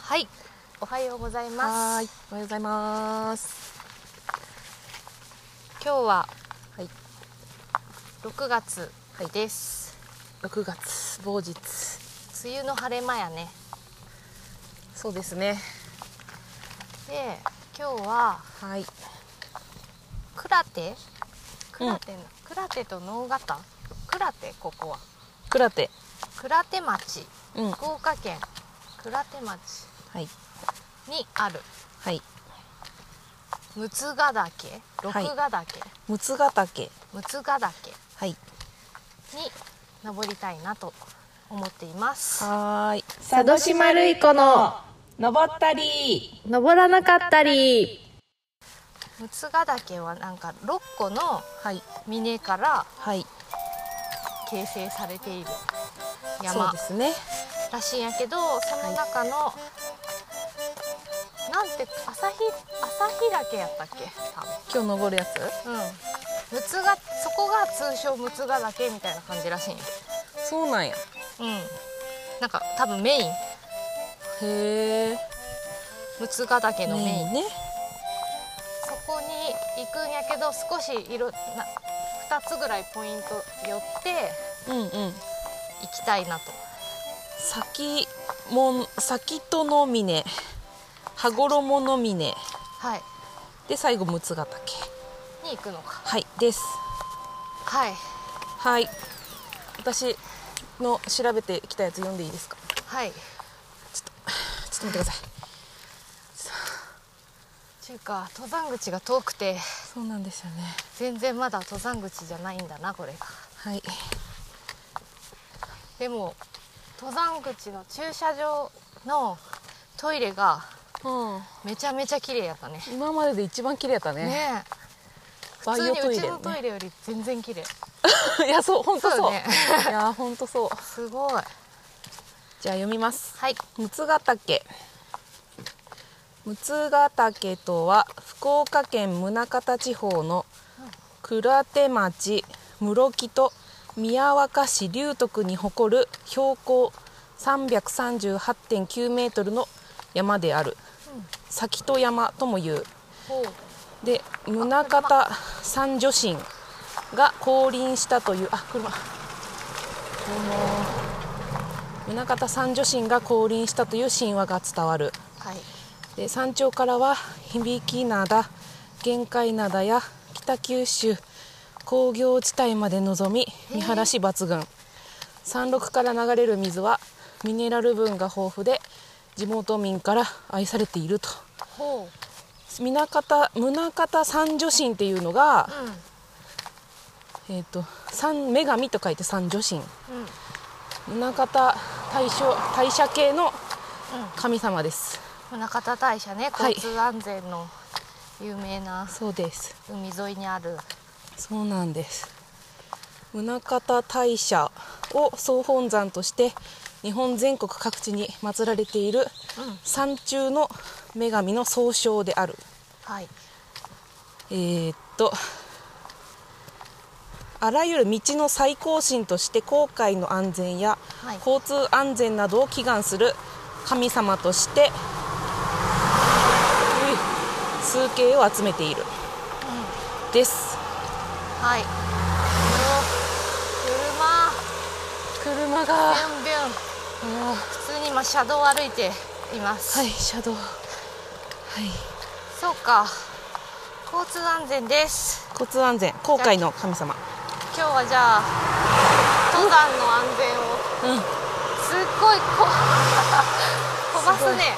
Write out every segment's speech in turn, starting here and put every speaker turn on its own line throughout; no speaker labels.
はい、おはようござい
は
ま
ー
す。
い、おはようございます。
今日は
はい、
6月です。
6月某日。
梅雨の晴れ間やね。
そうですね。
で、今日は
はい。
クラテ、クラテの、クラテと能形、クラテここは
クラテ。
クラテ町、
うん。は
福岡県クラテ町
い。
にある
はい。
六ヶ岳、六
はい
ヶ岳、
六ヶ岳。
六ヶ岳
はい。
に登りたいなと思っています。
はーい。
佐渡島るい子の登ったり登らなかったり
六ヶ岳はなんか六個の
はい。
峰から
はい。
形成されている
そう
山
ですね。
らしいんやけどその中の、なんて朝日朝日岳やったっけ多
今日登るやつ。
分うん六がそこが通称六ヶ岳みたいな感じらしいんよ
そうなんや。
うんなんか多分メイン
へえ。
六ヶ岳のメイン、
ね。
そこに行くんやけど少しいろな2つぐらいポイント寄って
うんうん。
行きたいなと
先もん先との峰。羽衣の峰。
はい
で最後六ヶ岳。
に行くのか
はい。です。
はい
はい。私の調べてきたやつ読んでいいですか。
はい
ちょっと待ってください。
ちゅうか登山口が遠くて
そうなんですよね。
全然まだ登山口じゃないんだなこれが
はい。
でも登山口の駐車場のトイレが
う
めちゃめちゃ綺麗やったね
ん。今までで一番綺麗やったね。
ねえ
バ
普
イ
通に
オト
う
イ
ち
レ、
のトイレより全然綺麗
いやそう本当そう。
そうね
いや本当そう。
すごい
じゃあ読みます。
はい
六ヶ岳。六ヶ岳とは福岡県宗像地方の倉手町室木と宮若市龍徳に誇る標高338.9メートルの山である。先と山ともいう
ほう
で宗像三女神が降臨したというあ車どうも宗像三女神が降臨したという神話が伝わる
はい
で山頂からは響き灘玄界灘や北九州工業地帯まで望み見晴らし抜群山麓から流れる水はミネラル分が豊富で地元民から愛されていると。
ほ
宗像宗像三女神っていうのが
う、うん
えー、と三女神と書いて三女神
うん
宗像大社大社系の神様です、
宗像大社ね
はい
交通安全の有名な
そうです
海沿いにある
そうなんです宗像大社を総本山として日本全国各地に祀られている
うん
山中の女神の総称である
はい
えーっとあらゆる道の最高神として航海の安全や
はい
交通安全などを祈願する神様として、うい崇敬を集めている、です
はいお車
車が
ビュンビュン普通に今車道を歩いています、
はい車道はい
そうか交通安全です
交通安全航海の神様
今日はじゃあ登山の安全を
うん
すっごいこ 飛ばすね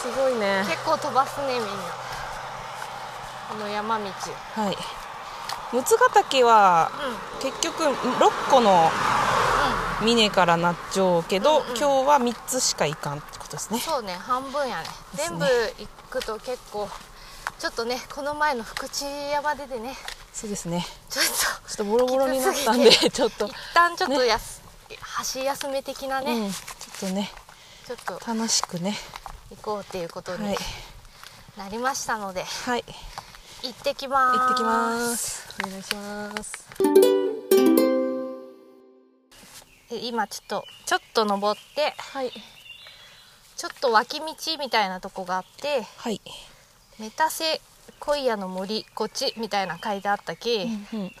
すごいね
結構飛ばすねみんなこの山道
はい六ヶ岳は
うんうん
結局6個の峰からなっちゃうけど、
うんうん
今日は3つしか行かんってことですね
そうね半分やね
です
全部
ね
行くと結構ちょっとねこの前の福知山ででね
そうですね
ちょっと
ちょっとボロボロになったん
き
で
つすぎ
ちょっと、
一旦ちょっとやす、走り休め的なね、
うん、ちょっとね
ちょっと
楽しくね
行こうっていうこと
は
に
い
なりましたので、
はい
行ってきまーす
行ってきますお願いします
え今ちょっとちょっと登って
はい
ちちょっと脇道みたいなとこがあって
はい、
「メタセコイアの森こっち」みたいな書いてあったき、行
うん、
っ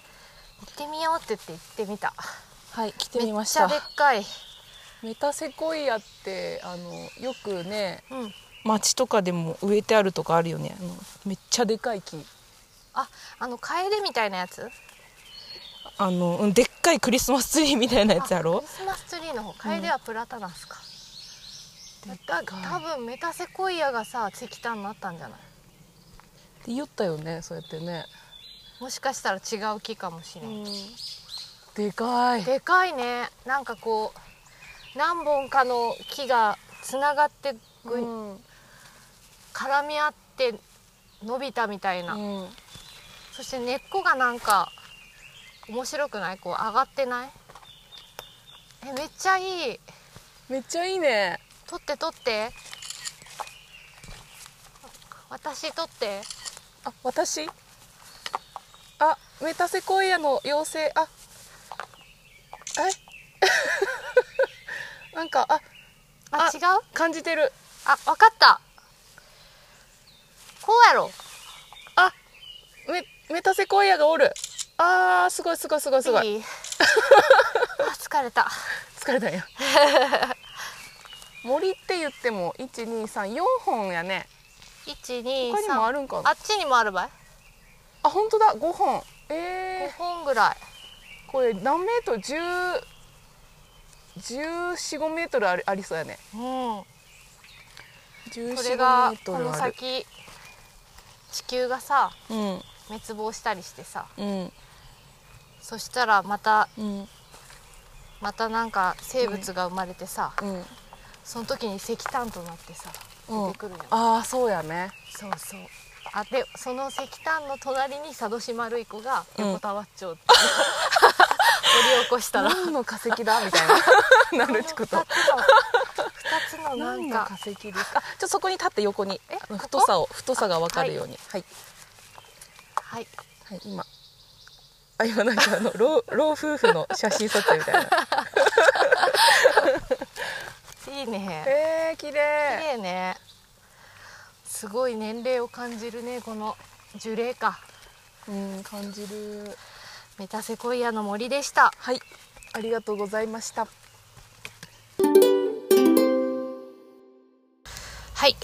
てみようって言って行ってみた
はい来てみまし
めっちゃ
た
でっかい、
メタセコイアってあのよくね
うん、
町とかでも植えてあるとかあるよねあの
めっちゃでかい木
ああのカエデみたいなやつ
あのうんでっかいクリスマスツリーみたいなやつや
あ
ろ
クリスマスツリーの方カエデはプラタナスか、だ多分メタセコイアがさ石炭になったんじゃない
って言ったよねそうやってね
もしかしたら違う木かもしれない、
でかい
でかいねなんかこう何本かの木がつながってぐい、
うん
絡み合って伸びたみたいな、
うん
そして根っこがなんか面白くないこう上がってないえめっちゃいい
めっちゃいいね
取って取って私取って
あ私あメタセコイアの妖精あえ なんかあ
あ
あ
違う
感じてる
あわかったこうやろ
メメタセコイアがおるあーすごいすごいすごいすごい
いいあ疲れた
疲れた んや森って言っても1234本やね
123
他にもあるんかな
あっちにもあるばい
あ本当だ5本え
5
ー、
本ぐらい
これ何メートル10 1415メートルありありそうやね
うん
14
これが
メート
こ
ル
の
ある
先地球がさ
うん
滅亡したりしてさ
うん
そしたらまた
うん
またなんか生物が生まれてさ、
うん
その時に石炭となってさ
うん
出てくるよね、
ああそうやね
そうそうあでその石炭の隣に佐渡島るい子が
うん
横たわっちょうって、掘り起こしたらこ
何の化石だみたい なな
の
る
2
ち
つ
こ
の
と
2つのなん
何の化
か
石ですかあちょそこに立って横に
え
あの
ここ
太さを太さがわかるようにはい
はい
はい、今。あ、今なんかあの老老夫婦の写真撮影みたいな。
いいね
ええー、綺
綺
麗。
麗ねすごい年齢を感じるねこの樹齢か
うん、感じる。
メタセコイアの森でした
はい、ありがとうございました。
はい、
はい。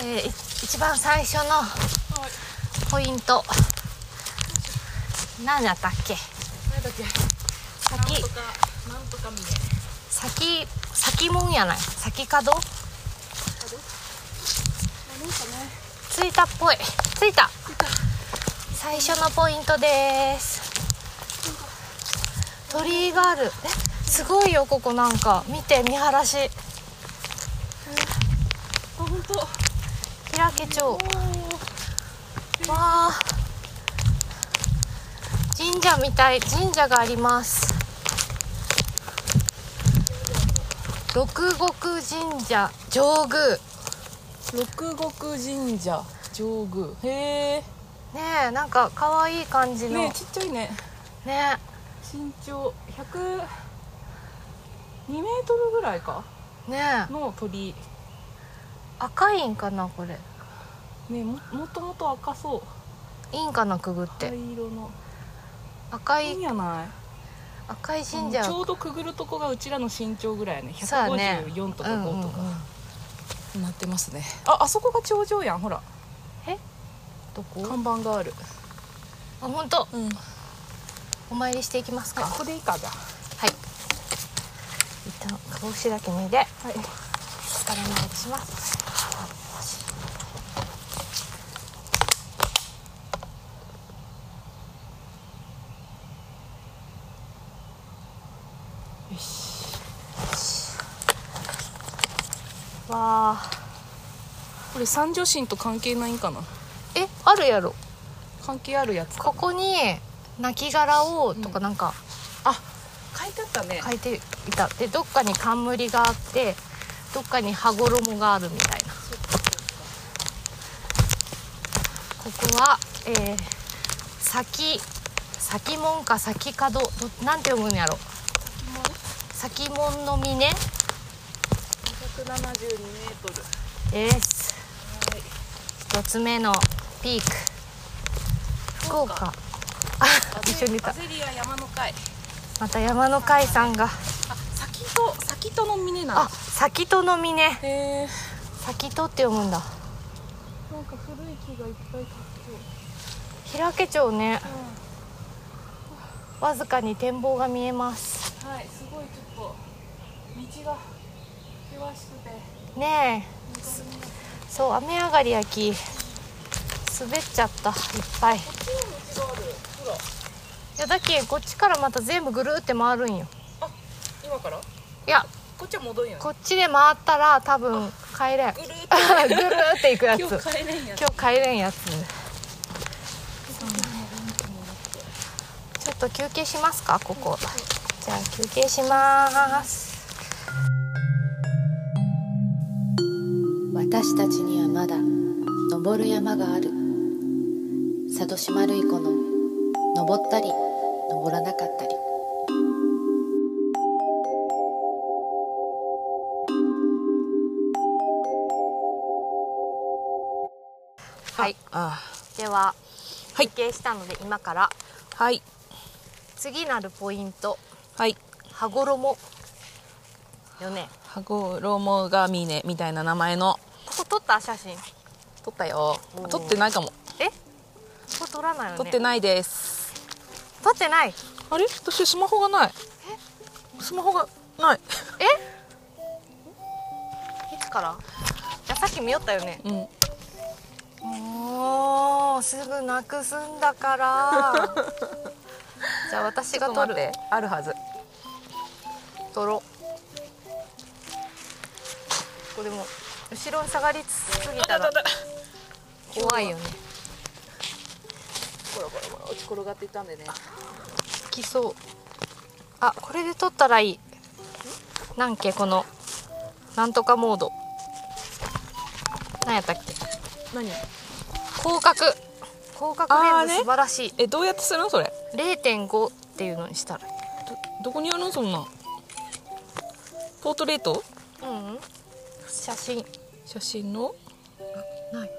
えーい一番最初のポイント、何やったっけ
なんだっけ、
先
か、なんとかみね。
先先門やない先角着いたっぽい着いた最初のポイントです鳥居があるえすごいよここなんか見て見晴らし
あ、本当。お
開け町わ
ー
あ神社みたい神社があります六国神社上宮
六国神社上宮。へえ。
ねえなんか可愛い感じの
ねえ、
ね
ちっちゃいね。身長百。2メートルぐらいか
えねえ
の鳥居
赤いんかなこれ
ねえももともと赤そう
いいんかなくぐって、
灰色の
赤
いいん
い
やない
赤い神社
ちょうどくぐるとこがうちらの身長ぐらいやね
そうやね
154とか
うんうんう
5
ん
とかなってますね、ああそこが頂上やんほら
どこ
看板がある
あ本当
うん
お参りしていきますか
こ
は
こでいいかじゃ
い一旦帽子だけ脱いで
あはい
下から回りします
よし
わあ
これ三女神と関係ないんかな
えあるやろ
関係あるやつか
ここに亡骸をとかなんか
あ書いてあったね
書いていた、でどっかに冠があってどっかに羽衣があるみたいなここは、えー、先先門か先角どなんて読むんやろ先門の峰
百
172メートル
です一つ目のピーク福岡あ一緒にい
ア
た
ゼリア山の会
また山の会さんが
あ先と先との峰な
あ
んだ
先戸の峰
へえ
先戸って読むんだ
なんか古い木がいっぱい立
平家町ね
ってる
わずかに展望が見えます
はい、すごいちょっと道が険しくて
ねえ
見通りが
そう雨上がりやき滑っちゃったいっぱいいやだっけこっちからまた全部ぐるーって回るんよ
今から
いや
こっちは戻るよね
こっちで回ったら多分帰れん ぐ
ぐ
る
るーっ
ーっていくやつ
と今日帰れんや
今日帰れんやつちょっと休憩しますかここじゃあ休憩します
私たちにはまだ登る山がある佐渡島瑠衣子の登ったり登らなかったり
はい
あ
では
はい
休憩したので今から
はい
次なるポイント
はい
羽衣よね
羽衣が峰みたいな名前の
ここ撮った写真
撮ったよ
おー
撮ってないかも
えここ撮らないよね
撮ってないです
撮ってない
あれ私スマホがないスマホがない
えいつからいやさっき見よったよね
うん
もうすぐなくすんだから じゃあ私が撮る
てあるはず
撮ろうこれも後ろに下がりすぎたら怖いよね
コロコロコロ落ち転がっていたんでね
つきそうあこれで撮ったらいいなんけこのなんとかモードなんやったっけ
何
広角広角
あー
レ
あ
ンズ
れ
素晴らしい
えどうやってするのそれ
0.5っていうのにしたら
どこにあるのそんなんポートレート
うん、うん、写真
写真の
ない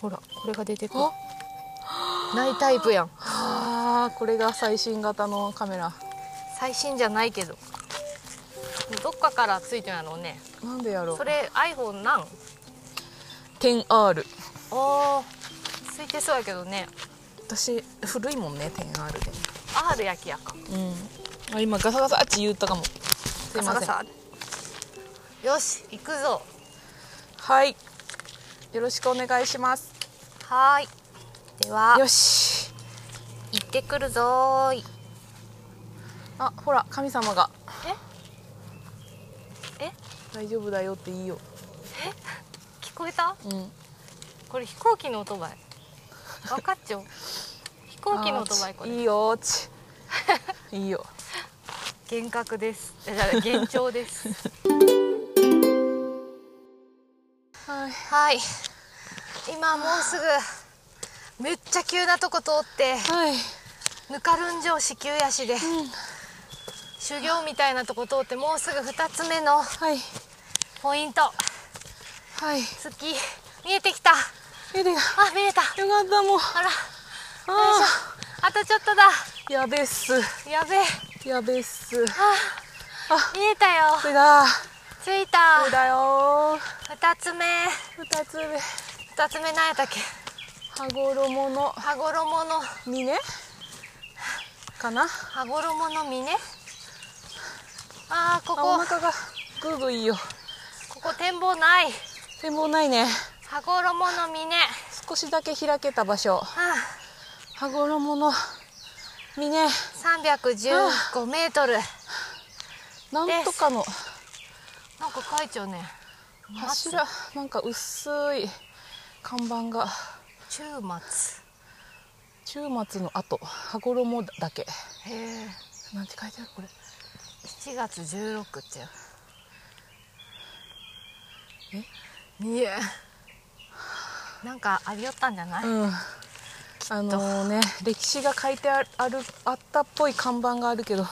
ほらこれが出てくるないタイプやん
あーこれが最新型のカメラ
最新じゃないけどどっかからついてるんやろうね
なんでやろう
それ iPhone なん
10R
おーついてそうやけどね
私古いもんね 10R で
R やきやか
うんあ今ガサガサって言ったかもすいませ
ガサ
ん
ガサよし行くぞ
はいよろしくお願いします
はーいでは
よし
行ってくるぞーい
あほら神様が
ええ
大丈夫だよっていいよ
聞こえた
うん
これ飛行機の音ばい分かっ ちょ飛行機の音ばいこ
あー
れ
ちいいよち いいよ
幻覚ですえじゃあ幻聴です
はい
はい今もうすぐめっちゃ急なとこ通って
はい
ぬかるん城子宮やしで、修行みたいなとこ通ってもうすぐ2つ目の
はい
ポイント
はい
月見えてきたあ
えでよか
見えた
ったもう
あら
あ
あとちょっとだ
ーやべっす
やべえ
やべっす
見えたよ
これだ
着い
これ
た
だよ
2つ目
二つ目
2つ目何やったっけ
羽衣の
羽衣の
峰かな
羽衣の峰あーこ
あお
こ
腹がグーグーいいよ
ここ展望ない
展望ないね
羽衣の峰
少しだけ開けた場所
あ
羽衣の峰
315メートル
なんとかの
なんか書いちゃうね
柱なんか薄い看板が
中松
中松の後羽衣だけ
へえ
なんて書いてあるこれ
7月16ってよ
え
いえなんかありよったんじゃない、
うんあのね歴史が書いてあるあるあったっぽい看板があるけど
な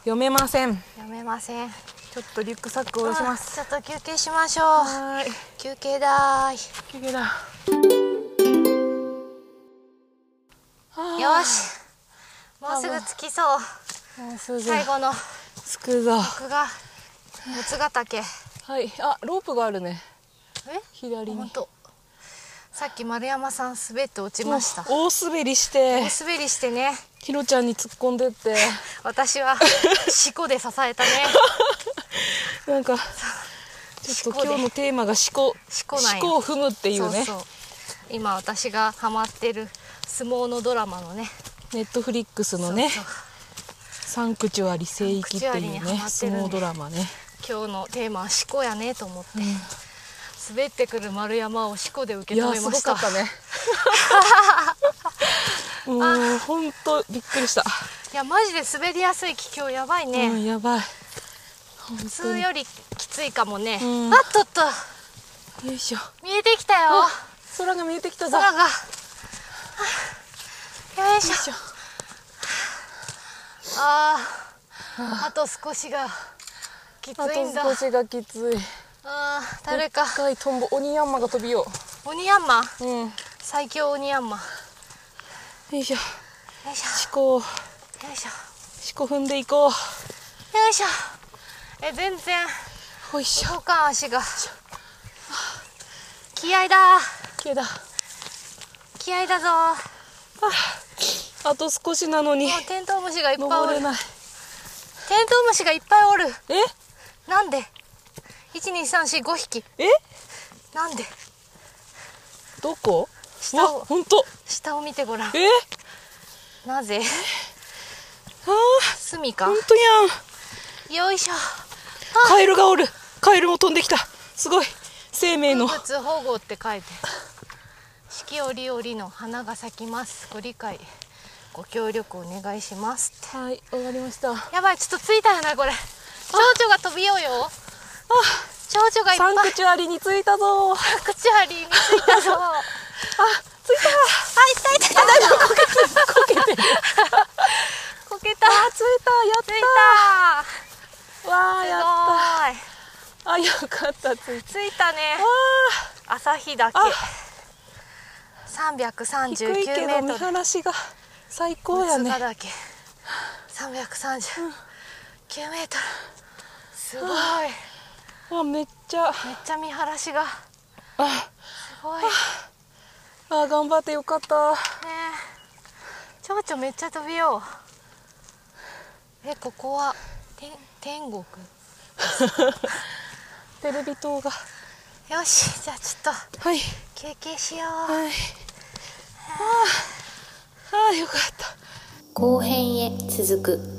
読めません
やめません
ちょっとリュックサックを下ろします
ちょっと休憩しましょう
はーい
休憩だーい
休憩だ
よしもうすぐ着きそう
もうすぐ
最後の
着くぞ
僕が六ヶ岳え
はいあロープがあるね左
本
に
当さっき丸山さん滑って落ちました
お大滑りして
お滑りしてね
ひろちゃんに突っ込んでって
私 はしこで支えたね
な んかちょっと今日のテーマが思考
しこ
思
ない
考を踏むっていうね
そうそう今私がハマってる相撲のドラマのね
ネットフリックスのね
そう
サンクチュアリ聖域ってい
サンクチュア
う
リに
ね
ハマって
相
るんで
撲ドラマね
今日のテーマは「しこ」やねと思って、滑ってくる丸山をしこで受け止めました
いやすごかったね もう本当びっくりした、
いやマジで滑りやすい気境やばいね、
うんやばい本
普
当
通
に
よりきついかもね、
うん
あっとっと
よいしょ
見えてきたよ
空が見えてきたぞ
空がはあよいしょ
しょ
あああと少しがきつ
あと
いんだ
少しがきつい
あー誰か
深いトンボ鬼ヤンマが飛びよ
鬼ヤンマ
ううんよ
最強鬼ヤンマよ
いしょ
いし
思考思
ょよいしょ
考踏んでいこ
よ
う
いしょえ全然
ほいしょ
股間足が気合だ
けだ
気合だぞ
あと少しなのに
もうテントウムシがいっぱいお
登
る
れ
テント
ない
ウムシがいっぱいおる
え
なんで12345匹
え
なんで
どこわ
下を
本当
下を見てごらん
え
なぜ
ああ
隅か
本当やん
よいしょ
カエルがおるカエルも飛んできたすごい生命
動
の
物保護って書いて四季折々の花が咲きますご理解ご協力お願いしますって
はい終わりました
やばいちょっと着いたよなこれ蝶々が飛びようよ蝶々がいっ
サン
ぱい
クチュアリに着いたぞあ
クチュアリーに着いた ぞあ
着いた
痛い痛い痛いこけてこけてるこけた
あ着いたやっ
着いた
たわあ
す
やっ
ごい
たあよかった着
着
いた
いたね
ああ
朝日岳
あ低
339
いけ
メ
ど見
ートル
晴らしが最高やね
六ヶ岳339メートルすごい
わめっちゃ
めっちゃ見晴らしがす
あ
ごいね
あ頑張ってよかった
え蝶々めっちゃ飛びようえここは天天国
テレビ塔が
よしじゃあちょっ
はい
と休憩しよう
はいああああよかった
後編へ続く